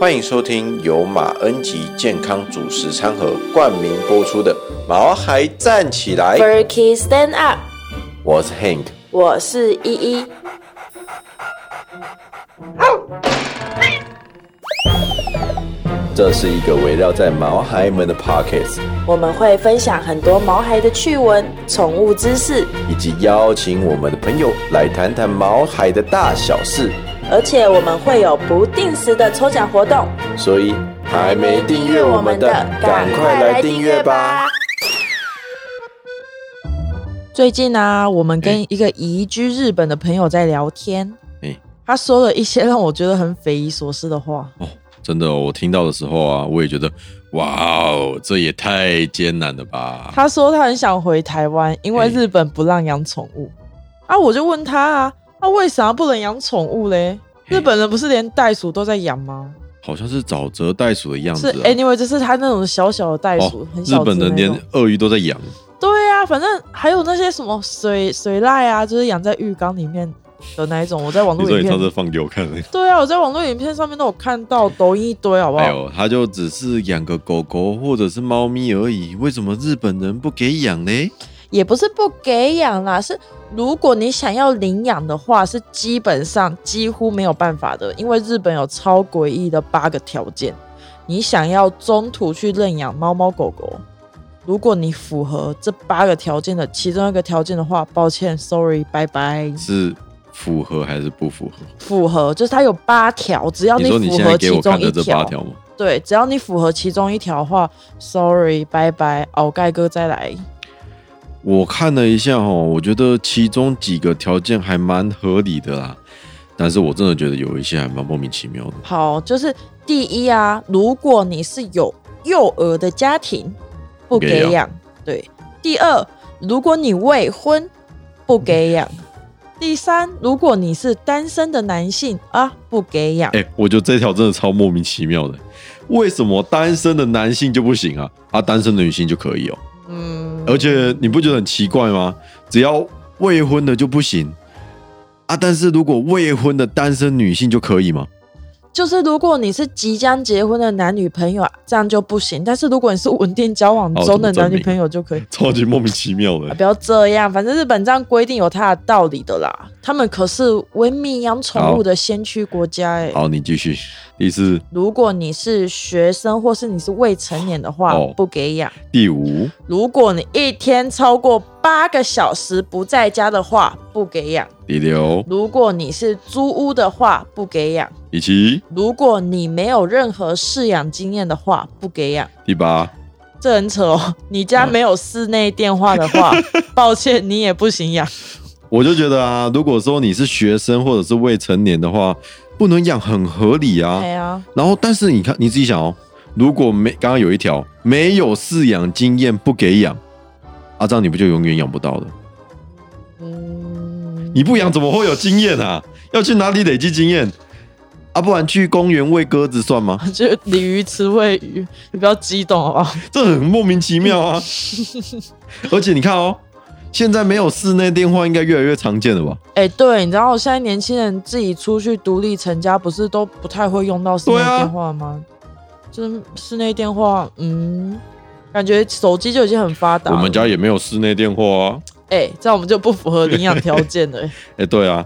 欢迎收听由马恩吉健康主食餐盒冠名播出的《毛孩站起来》， Berkey Stand Up，我是 Hank。我是依依。这是一个围绕在毛孩们的 Pockets，我们会分享很多毛孩的趣闻、宠物知识，以及邀请我们的朋友来谈谈毛孩的大小事。而且我们会有不定时的抽奖活动。所以还没订阅我们的，赶快来订阅吧！！最近啊，我们跟一个移居日本的朋友在聊天，哎他说了一些让我觉得很匪夷所思的话。哦，真的哦、我听到的时候啊，我也觉得，哇哦，这也太艰难了吧！他说他很想回台湾，因为哎日本不让养宠物。啊，我就问他啊，那、为啥不能养宠物嘞？嘿日本人不是连袋鼠都在养吗？好像是沼泽袋鼠的样是子、啊。 anyway，就是他那种小小的袋鼠，哦，很日小只本那人连种。鳄鱼都在养，对啊，反正还有那些什么水水濑啊，就是养在浴缸里面的那一种。我在网你络说影你上次片，放给我看的，对啊，我在网络影片上面都有看到，抖音一堆，好不好？哎呦，他就只是养个狗狗或者是猫咪而已，为什么日本人不给养呢？也不是不给养啦，是如果你想要领养的话，是基本上几乎没有办法的，因为日本有超诡异的八个条件。你想要中途去认养猫猫狗狗，如果你符合这八个条件的其中一个条件的话，抱歉，sorry，拜拜。是符合还是不符合？符合就是它有八条，只要你说你符现合在给其我中看一的这八条，条吗？对，只要你符合其中一条的话，sorry，拜拜，鳌盖哥再来。我看了一下哦，我觉得其中几个条件还蛮合理的啦，但是我真的觉得有一些还蛮莫名其妙的。好，就是第一啊，如果你是有幼儿的家庭，不不给给养养；对，第二，如果你未婚，不给养；第三，如果你是单身的男性啊，不给养。哎、我觉得这条真的超莫名其妙的，为什么单身的男性就不行啊？啊，单身的女性就可以哦、嗯，而且你不觉得很奇怪吗？只要未婚的就不行啊，但是如果未婚的单身女性就可以吗？就是如果你是即将结婚的男女朋友，啊这样就不行；但是如果你是稳定交往哦中怎么的证男女明朋友就可以。超级莫名其妙的、啊不要这样，反正日本这样规定有它的道理的啦。他们可是为民养宠物好的先驱国家哎、好，你继续。第四、如果你是学生或是你是未成年的话，哦不给养；第五、如果你一天超过八个小时不在家的话，不给养；第六、如果你是租屋的话，不给养；第七、如果你没有任何饲养经验的话，不给养。第八。这很扯哦！你家没有室内电话的话，嗯 抱歉，你也不行养。我就觉得啊，如果说你是学生或者是未成年的话，不能养很合理啊。哎呀，然后，但是你看你自己想哦，如果没刚刚有一条没有饲养经验不给养，啊，这样你不就永远养不到了？嗯， 你不养怎么会有经验啊？要去哪里累积经验？啊，不然去公园喂鸽子算吗？就鲤鱼吃喂鱼，你不要激动好不好？这很莫名其妙 啊！而且你看哦，现在没有室内电话应该越来越常见了吧？哎、对，你知道现在年轻人自己出去独立成家，不是都不太会用到室内对啊电话吗？就是室内电话，嗯，感觉手机就已经很发达我了。们家也没有室内电话啊。哎、这样我们就不符合领养条 件了、哎哎、对啊，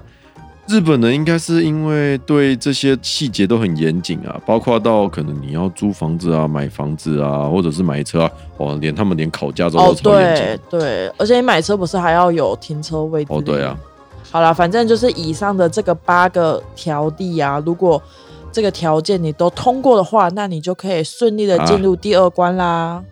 日本人应该是因为对这些细节都很严谨啊，包括到可能你要租房子啊、买房子啊，或者是买车啊，哇，连他们连考驾照哦都，超严谨。对对，而且你买车不是还要有停车位？哦对啊。好啦，反正就是以上的这个八个条例啊，如果这个条件你都通过的话，那你就可以顺利的啊进入第二关啦。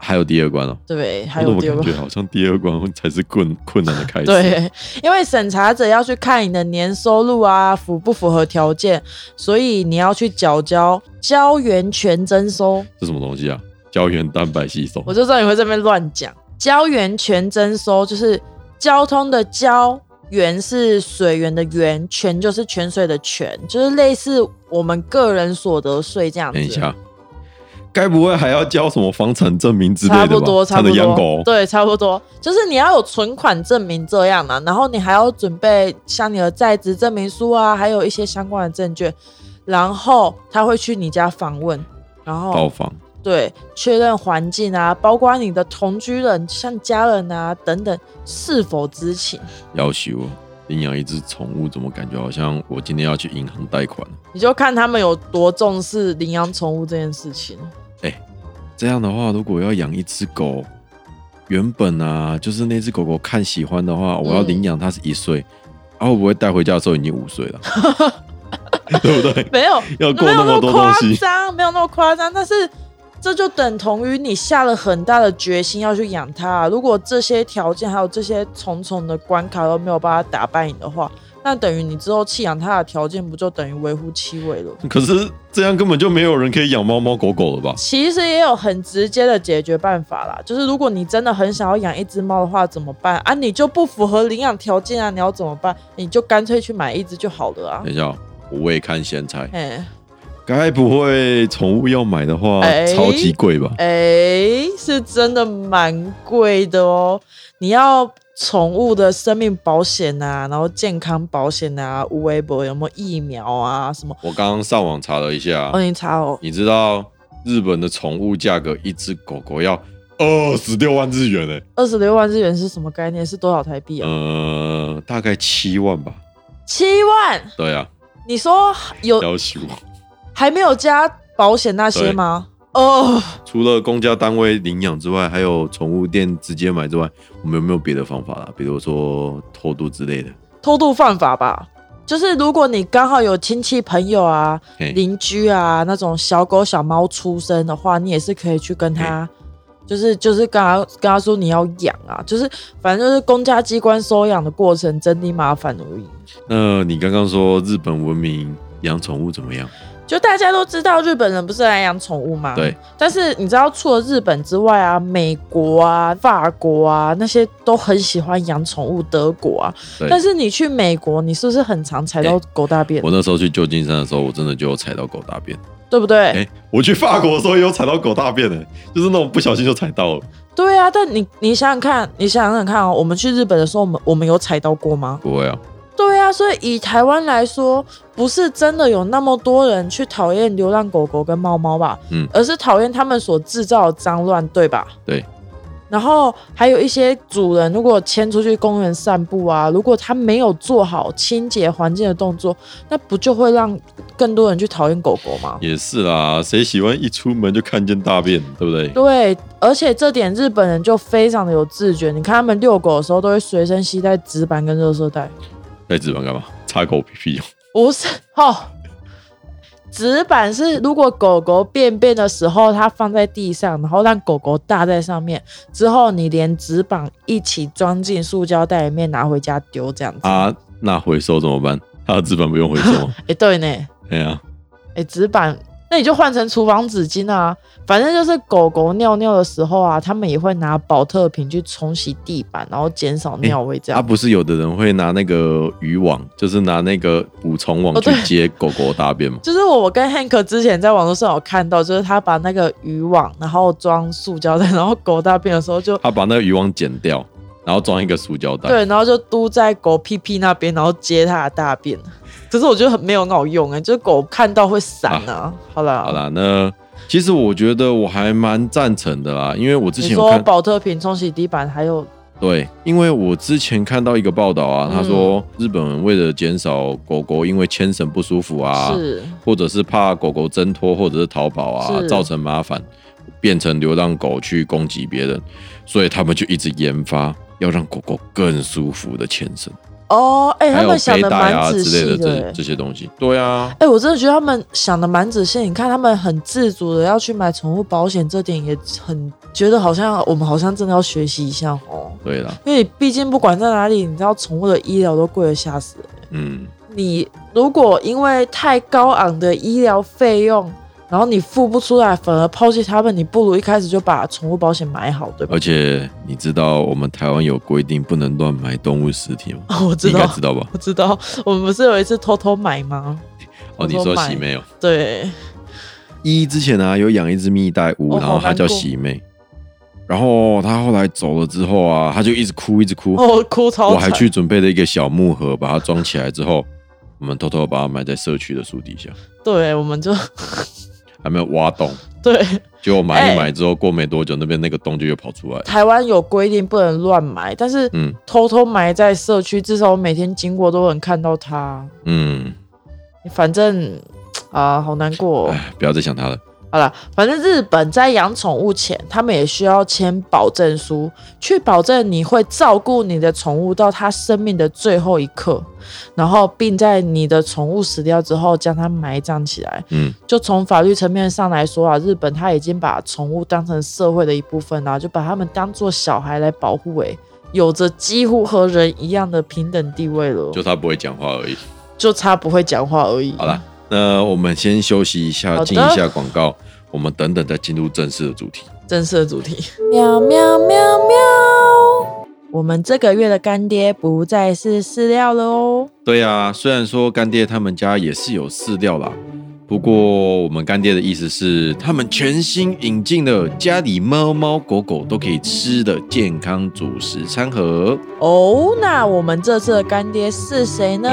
还有第二关哦，对，还我怎有么第感二关。觉好像第二关才是困困难的开始？，对， 因为审查者要去看你的年收入啊符不符合条件，所以你要去缴交胶原全征收。这什么东西啊？胶原蛋白吸收我就知道你会这边乱讲。胶原全征收就是交通的交，源是水源的源，泉就是泉水的泉，就是类似我们个人所得税这样子。等一下，该不会还要交什么房产证明之类差的吧？不多，差才不能养多狗，。对，差不多，就是你要有存款证明这样啊，然后你还要准备像你的在职证明书啊，还有一些相关的证券。然后他会去你家访问，然后到访，对，确认环境啊，包括你的同居人、像家人啊等等是否知情，要求领养一只宠物，怎么感觉好像我今天要去银行贷款？你就看他们有多重视领养宠物这件事情。这样的话，如果要养一只狗，原本啊，就是那只狗狗看喜欢的 话，我要领养它是一岁，然后会不会带回家的时候已经五岁 了？对不对？没有，要过没有呃那么么多东夸西，张，没有那么夸张，但是这就等同于你下了很大的决心要去养它啊、如果这些条件还有这些重重的关卡都没有办法打败你的话，那等于你之后弃养它的条件不就等于微乎其微了？ 可是这样根本就没有人可以养猫猫狗狗了吧？其实也有很直接的解决办法啦，就是如果你真的很想要养一只猫的话，怎么办啊？你就不符合领养条件啊，你要怎么办？你就干脆去买一只就好了啊等。一下哦，我未看先猜，哎该不会宠物要买的话、哎超级贵吧？哎、是真的蛮贵的哦。你要宠物的生命保险啊，然后健康保险啊，无微博有没有疫苗啊，什么？我刚刚上网查了一下，哦，你查哦，你知道日本的宠物价格，一只狗狗要二十六万日元诶、欸二十六万日元是什么概念？是多少台币啊？呃，大概七万吧。七万？对啊，你说有要求还没有加保险那些吗？哦，除了公家单位领养之外，还有宠物店直接买之外，我们有没有别的方法啦？比如说偷渡之类的。偷渡犯法吧？就是如果你刚好有亲戚朋友啊、嘿邻居啊那种小狗小猫出生的话，你也是可以去跟他，就是就是跟他跟他说你要养啊，就是反正就是公家机关收养的过程真的麻烦而已。那你刚刚说日本文明养宠物怎么样？就大家都知道日本人不是来养宠物吗？对。但是你知道，除了日本之外啊，美国啊、法国啊那些都很喜欢养宠物，德国啊。对但是你去美国，你是不是很常踩到狗大便？我那时候去旧金山的时候，我真的就有踩到狗大便。对不对？哎、我去法国的时候也有踩到狗大便的、就是那种不小心就踩到了。对啊，但你你想想看，你想想看哦，我们去日本的时候，我们我们有踩到过吗？不会啊，对啊，所以以台湾来说，不是真的有那么多人去讨厌流浪狗狗跟猫猫吧？嗯而是讨厌他们所制造的脏乱，对吧？对。然后还有一些主人，如果牵出去公园散步啊，如果他没有做好清洁环境的动作，那不就会让更多人去讨厌狗狗吗？也是啦，谁喜欢一出门就看见大便，对不对？对，而且这点日本人就非常的有自觉。你看他们遛狗的时候，都会随身携带纸板跟热色带。带纸板干嘛？擦狗屁屁哦。不是哦，纸板是如果狗狗便便的时候，它放在地上，然后让狗狗搭在上面，之后你连纸板一起装进塑胶袋里面拿回家丢，这样子。啊，那回收怎么办？它的纸板不用回收 吗。哎、对呢，哎呀，哎、纸板，那你就换成厨房纸巾啊。反正就是狗狗尿尿的时候啊，他们也会拿保特瓶去冲洗地板，然后减少尿味这样。啊，不是有的人会拿那个渔网，就是拿那个捕虫网哦去对接狗狗大便嘛。就是我，我跟 Hank 之前在网络上有看到，就是他把那个渔网，然后装塑胶袋，然后狗大便的时候就他把那个渔网剪掉，然后装一个塑胶袋。对，然后就嘟在狗屁屁那边，然后接它的大便。可是我觉得很没有很好用哎、就是狗看到会闪啊。好啦，好，啦，那其实我觉得我还蛮赞成的啦，因为我之你前有说看保特瓶冲洗地板还有对，因为我之前看到一个报道啊，嗯他说日本人为了减少狗狗因为牵绳不舒服啊，是或者是怕狗狗挣脱或者是逃跑啊，是造成麻烦，变成流浪狗去攻击别人，所以他们就一直研发要让狗狗更舒服的牵绳，哦，哎、啊还他有们想背的带啊蛮之仔类细的的、这欸。这些东西。对啊，哎、我真的觉得他们想的蛮仔细。你看，他们很自主的要去买宠物保险，这点也很觉得好像我们好像真的要学习一下哦。对啦，因为毕竟不管在哪里，你知道宠物的医疗都贵得吓死人。嗯，你如果因为太高昂的医疗费用，然后你付不出来，反而抛弃他们，你不如一开始就把宠物保险买好，对吧？而且你知道我们台湾有规定不能乱买动物尸体吗？ 我你知嗯应该道，知道吧？我知道，我们不是有一次偷偷买吗？哦，我你说说买喜妹哦，对，依依之前啊有养一只蜜袋鼯，哦然后它好难叫过喜妹，然后它后来走了之后啊，它就一直哭一直哭，哦，我哭超我惨。还去准备了一个小木盒，把它装起来之后，我们偷偷把它埋在社区的树底下，对，我们就 还没有挖洞。对结果埋哎一埋之后，过没多久，那边那个洞就又跑出来。台湾有规定不能乱埋，但是嗯偷偷埋在社区，至少我每天经过都能看到它。嗯，反正啊，好难过、哦。哎，不要再想它了。好了，反正日本在养宠物前，他们也需要签保证书，去保证你会照顾你的宠物到它生命的最后一刻，然后并在你的宠物死掉之后将它埋葬起来。嗯，就从法律层面上来说啊，日本它已经把宠物当成社会的一部分啦、就把它们当做小孩来保护、欸，有着几乎和人一样的平等地位了，就它不会讲话而已。就差不会讲话而已。好啦，那我们先休息一下好，的进一下广告，我们等等再进入正式的主题。正式的主题。喵喵喵喵！我们这个月的干爹不再是饲料了哦。对啊，虽然说干爹他们家也是有饲料啦，不过我们干爹的意思是，他们全新引进了家里猫猫狗狗都可以吃的健康主食餐盒，哦，那我们这次的干爹是谁呢？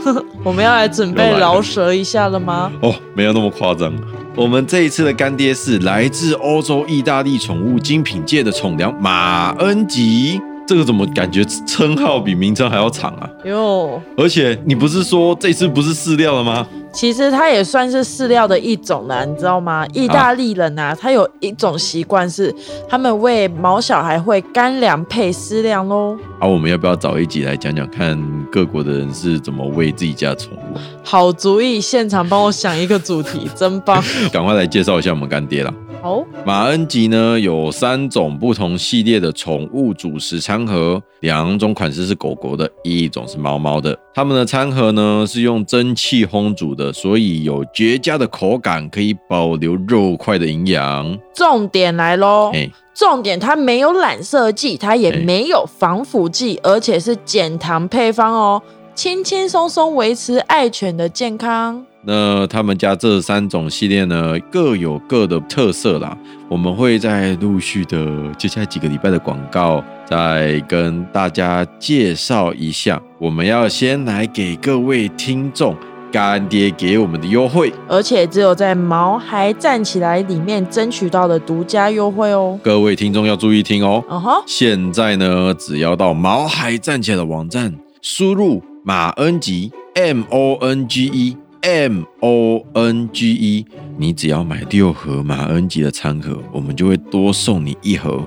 我们要来准备饶舌一下了吗？哦，没有那么夸张。我们这一次的干爹是来自欧洲意大利宠物精品界的宠粮马恩吉，这个怎么感觉称号比名称还要长啊？哟，而且你不是说这次不是饲料了吗？其实它也算是饲料的一种啦，你知道吗？意大利人啊，他有一种习惯是，他们喂毛小孩会干粮配饲料喽。啊，我们要不要找一集来讲讲看各国的人是怎么喂自己家的宠物？ 好主意，现场帮我想一个主题，真棒！赶快来介绍一下我们干爹啦！ 好，马恩吉呢有三种不同系列的宠物主食餐盒，两种款式是狗狗的，一种是猫猫的。它们的餐盒呢是用蒸汽烘煮的，所以有绝佳的口感，可以保留肉块的营养。重点来喽。哎、重点，它没有染色剂，它也哎没有防腐剂，而且是减糖配方哦，轻轻松松维持爱犬的健康。那他们家这三种系列呢，各有各的特色啦。我们会在陆续的接下来几个礼拜的广告，再跟大家介绍一下。我们要先来给各位听众干爹给我们的优惠，而且只有在《毛孩站起来》里面争取到的独家优惠哦。各位听众要注意听哦。嗯哼，现在呢，只要到毛孩站起来的网站，输入马恩吉 M O N G E M O N G E，你只要买六盒马恩吉的餐盒，我们就会多送你一盒。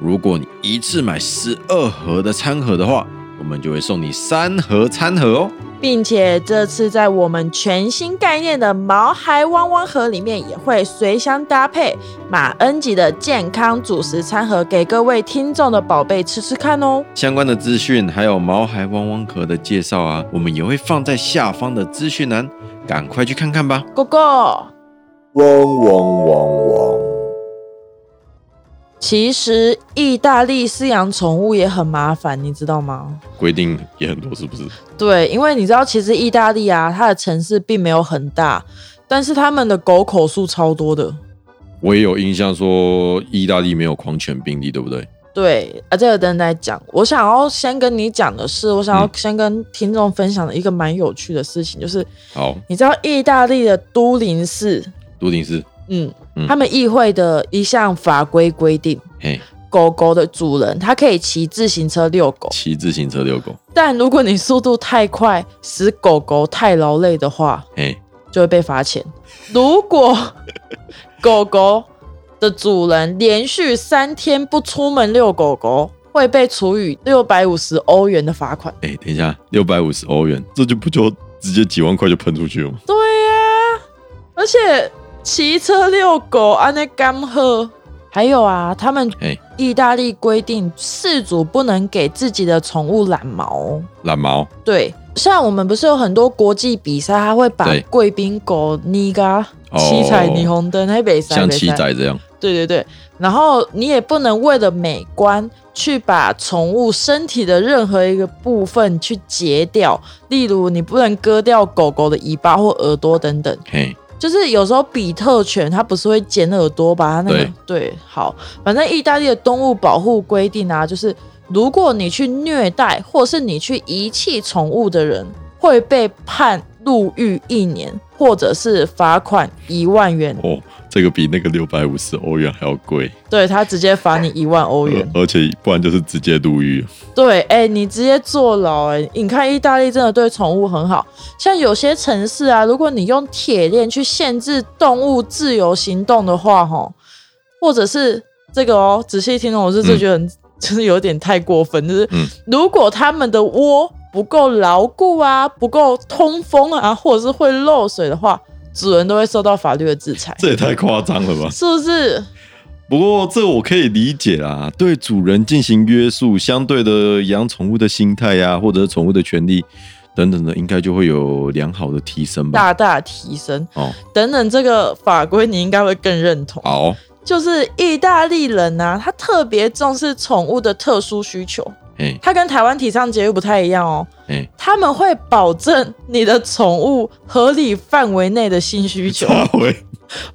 如果你一次买十二盒的餐盒的话，我们就会送你三盒餐盒哦。并且这次在我们全新概念的毛孩汪汪盒里面，也会随箱搭配马恩吉的健康主食餐盒，给各位听众的宝贝吃吃看哦。相关的资讯还有毛孩汪汪壳的介绍啊，我们也会放在下方的资讯栏，赶快去看看吧。哥哥，嗡嗡嗡嗡。其实意大利饲养宠物也很麻烦，你知道吗？规定也很多，是不是？对，因为你知道，其实意大利啊，它的城市并没有很大，但是他们的狗口数超多的。我也有印象说意大利没有狂犬病例，对不对？对啊，这个等等再讲。我想要先跟你讲的是，我想要嗯先跟听众分享的一个蛮有趣的事情，就是好，你知道意大利的都灵市，杜定是，嗯，嗯他们议会的一项法规规定，嘿，狗狗的主人他可以骑自行车遛狗，骑自行车遛狗，但如果你速度太快，使狗狗太劳累的话，嘿，就会被罚 钱。如果狗狗的主人连续三天不出门遛狗狗，会被处以六百五十欧元的罚款。哎、等一下，六百五十欧元，这就不就直接几万块就喷出去了吗？对呀、而且骑车遛狗，安那干喝。还有啊，他们嘿，意大利规定，饲主不能给自己的宠物染毛哦。蓝毛，对，像我们不是有很多国际比赛，他会把对贵宾狗尼嘎哦七彩霓虹灯，那北赛像北七赛仔这样，对对对，然后你也不能为了美观去把宠物身体的任何一个部分去截掉，例如你不能割掉狗狗的尾巴或耳朵等等。嘿，就是有时候比特犬它不是会剪耳朵吧？它那个对对，好，反正意大利的动物保护规定啊，就是如果你去虐待或是你去遗弃宠物的人，会被判入狱一年，或者是罚款一万元。哦，这个比那个六百五十欧元还要贵，呃对他直接罚你一万欧元。而而且不然就是直接入狱。对，哎、你直接坐牢、哎，你看意大利真的对宠物很好，像有些城市啊，如果你用铁链去限制动物自由行动的话，吼，或者是这个哦，仔细听懂，我是这嗯觉得很、 就是有点太过分，就是、嗯如果他们的窝不够牢固啊，不够通风啊，或者是会漏水的话，主人都会受到法律的制裁，这也太夸张了吧！是不是？不过这我可以理解啦，对主人进行约束，相对的养宠物的心态呀、或者是宠物的权利等等的，应该就会有良好的提升吧。大大提升哦，等等，这个法规你应该会更认同。好，就是意大利人啊，他特别重视宠物的特殊需求，哎他跟台湾提倡节育不太一样哦。哎，他们会保证你的宠物合理范围内的性需 求，大回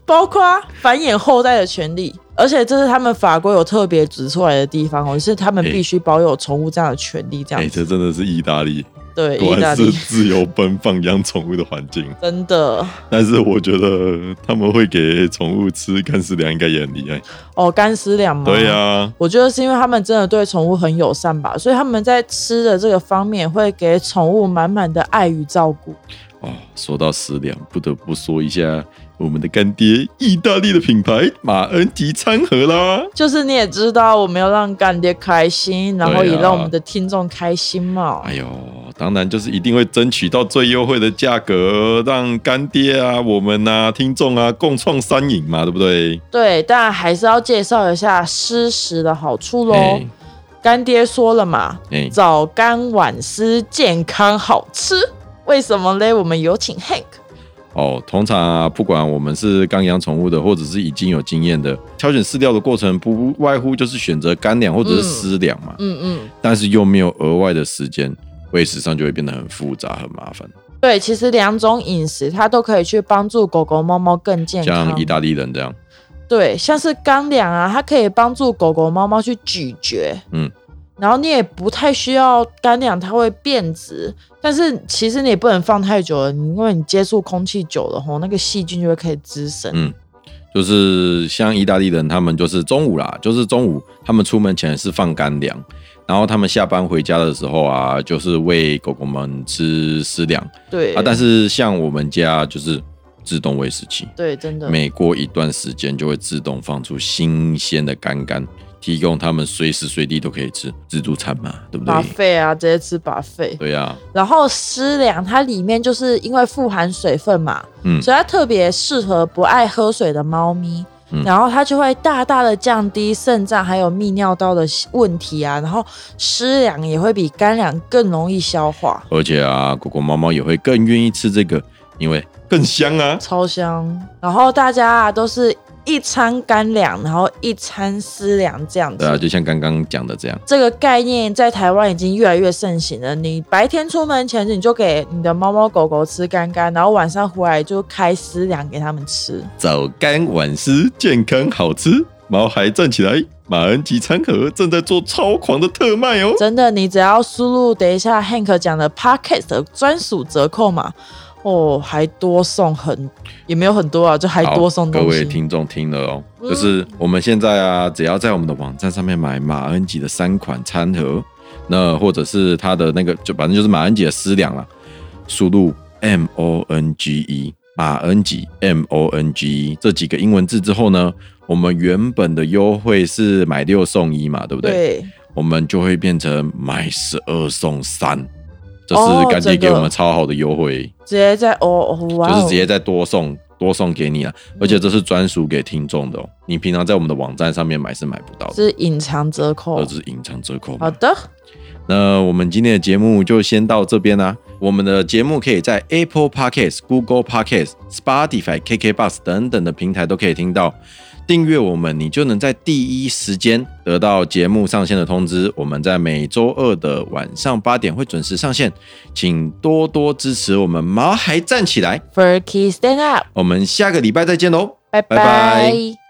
包括繁衍后代的权利，而且这是他们法规有特别指出来的地方哦，是他们哎必须保有宠物这样的权利，这哎，样子。这真的是意大利，对，果意大然是利自由奔放养宠物的环境。真的但是我觉得他们会给宠物吃干食粮，应该也很厉害。哦，干湿两毛。对呀、啊，我觉得是因为他们真的对宠物很友善吧，所以他们在吃的这个方面会给宠物满满的爱与照顾。哦，说到食粮，不得不说一下我们的干爹意大利的品牌马恩吉餐盒啦。就是你也知道，我们要让干爹开心，然后对啊也让我们的听众开心嘛。哎呦，当然就是一定会争取到最优惠的价格，让干爹啊、我们啊、听众啊共创三赢嘛，对不对？对，当然还是要介绍一下湿食的好处喽。哎干爹说了嘛，哎早干晚湿，健康好吃。为什么嘞？我们有请 Hank。哦，通常啊，不管我们是刚养宠物的，或者是已经有经验的，挑选饲料的过程不外乎就是选择干粮或者是湿粮嘛，嗯嗯，但是又没有额外的时间，喂食上就会变得很复杂、很麻烦。对，其实两种饮食它都可以去帮助狗狗、猫猫更健康。像意大利人这样，对，像是干粮啊，它可以帮助狗狗、猫猫去咀嚼，嗯，然后你也不太需要干粮，它会变质。但是其实你也不能放太久了，因为你接触空气久了吼，那个细菌就会开始滋生。嗯就是像意大利人，他们就是中午啦，就是中午他们出门前是放干粮，然后他们下班回家的时候啊，就是喂狗狗们吃湿粮对啊。但是像我们家就是自动喂食器，对，真的，每过一段时间就会自动放出新鲜的干干，提供他们随时随地都可以吃自助餐嘛，对不把对？肺啊，直接吃把肺。对呀、啊，然后湿粮它里面就是因为富含水分嘛，嗯所以它特别适合不爱喝水的猫咪。嗯然后它就会大大的降低肾脏还有泌尿道的问题啊，然后湿粮也会比干粮更容易消化，而且啊，狗狗猫猫也会更愿意吃这个，因为更香啊。超香。然后大家啊都是一餐干粮，然后一餐湿粮这样子。对啊，就像刚刚讲的这样，这个概念在台湾已经越来越盛行了。你白天出门前你就给你的猫猫狗狗吃干干，然后晚上回来就开私粮给它们吃。早干晚湿，健康好吃，毛孩站起来。马恩吉餐盒正在做超狂的特卖哦！真的，你只要输入等一下 Hank 讲的 Pocket 的专属折扣码，哦，还多送很也没有很多啊，就还好，多送各东位西。听众听了哦，嗯就是我们现在啊，只要在我们的网站上面买马恩吉的三款餐盒，那或者是它的那个，就反正就是马恩吉的私粮啦，输入 M O N G E 马恩吉 M O N G E 这几个英文字之后呢，我们原本的优惠是买六送一嘛，对不对？对，我们就会变成买十二送三。这哦是干爹真的给我们超好的优惠，直接在哦哦哇哦，嗯就是直接再多送多送给你了，而且这是专属给听众的哦。你平常在我们的网站上面买是买不到的，是哦隐藏折扣这。只是隐藏折扣嘛。好的，那我们今天的节目就先到这边啦、啊我们的节目可以在 Apple Podcasts、Google Podcasts、Spotify、KKBox 等等的平台都可以听到。订阅我们，你就能在第一时间得到节目上线的通知。我们在每周二的晚上八点会准时上线，请多多支持我们毛孩站起来。 f u r k y Stand Up，我们下个礼拜再见喽，拜拜拜拜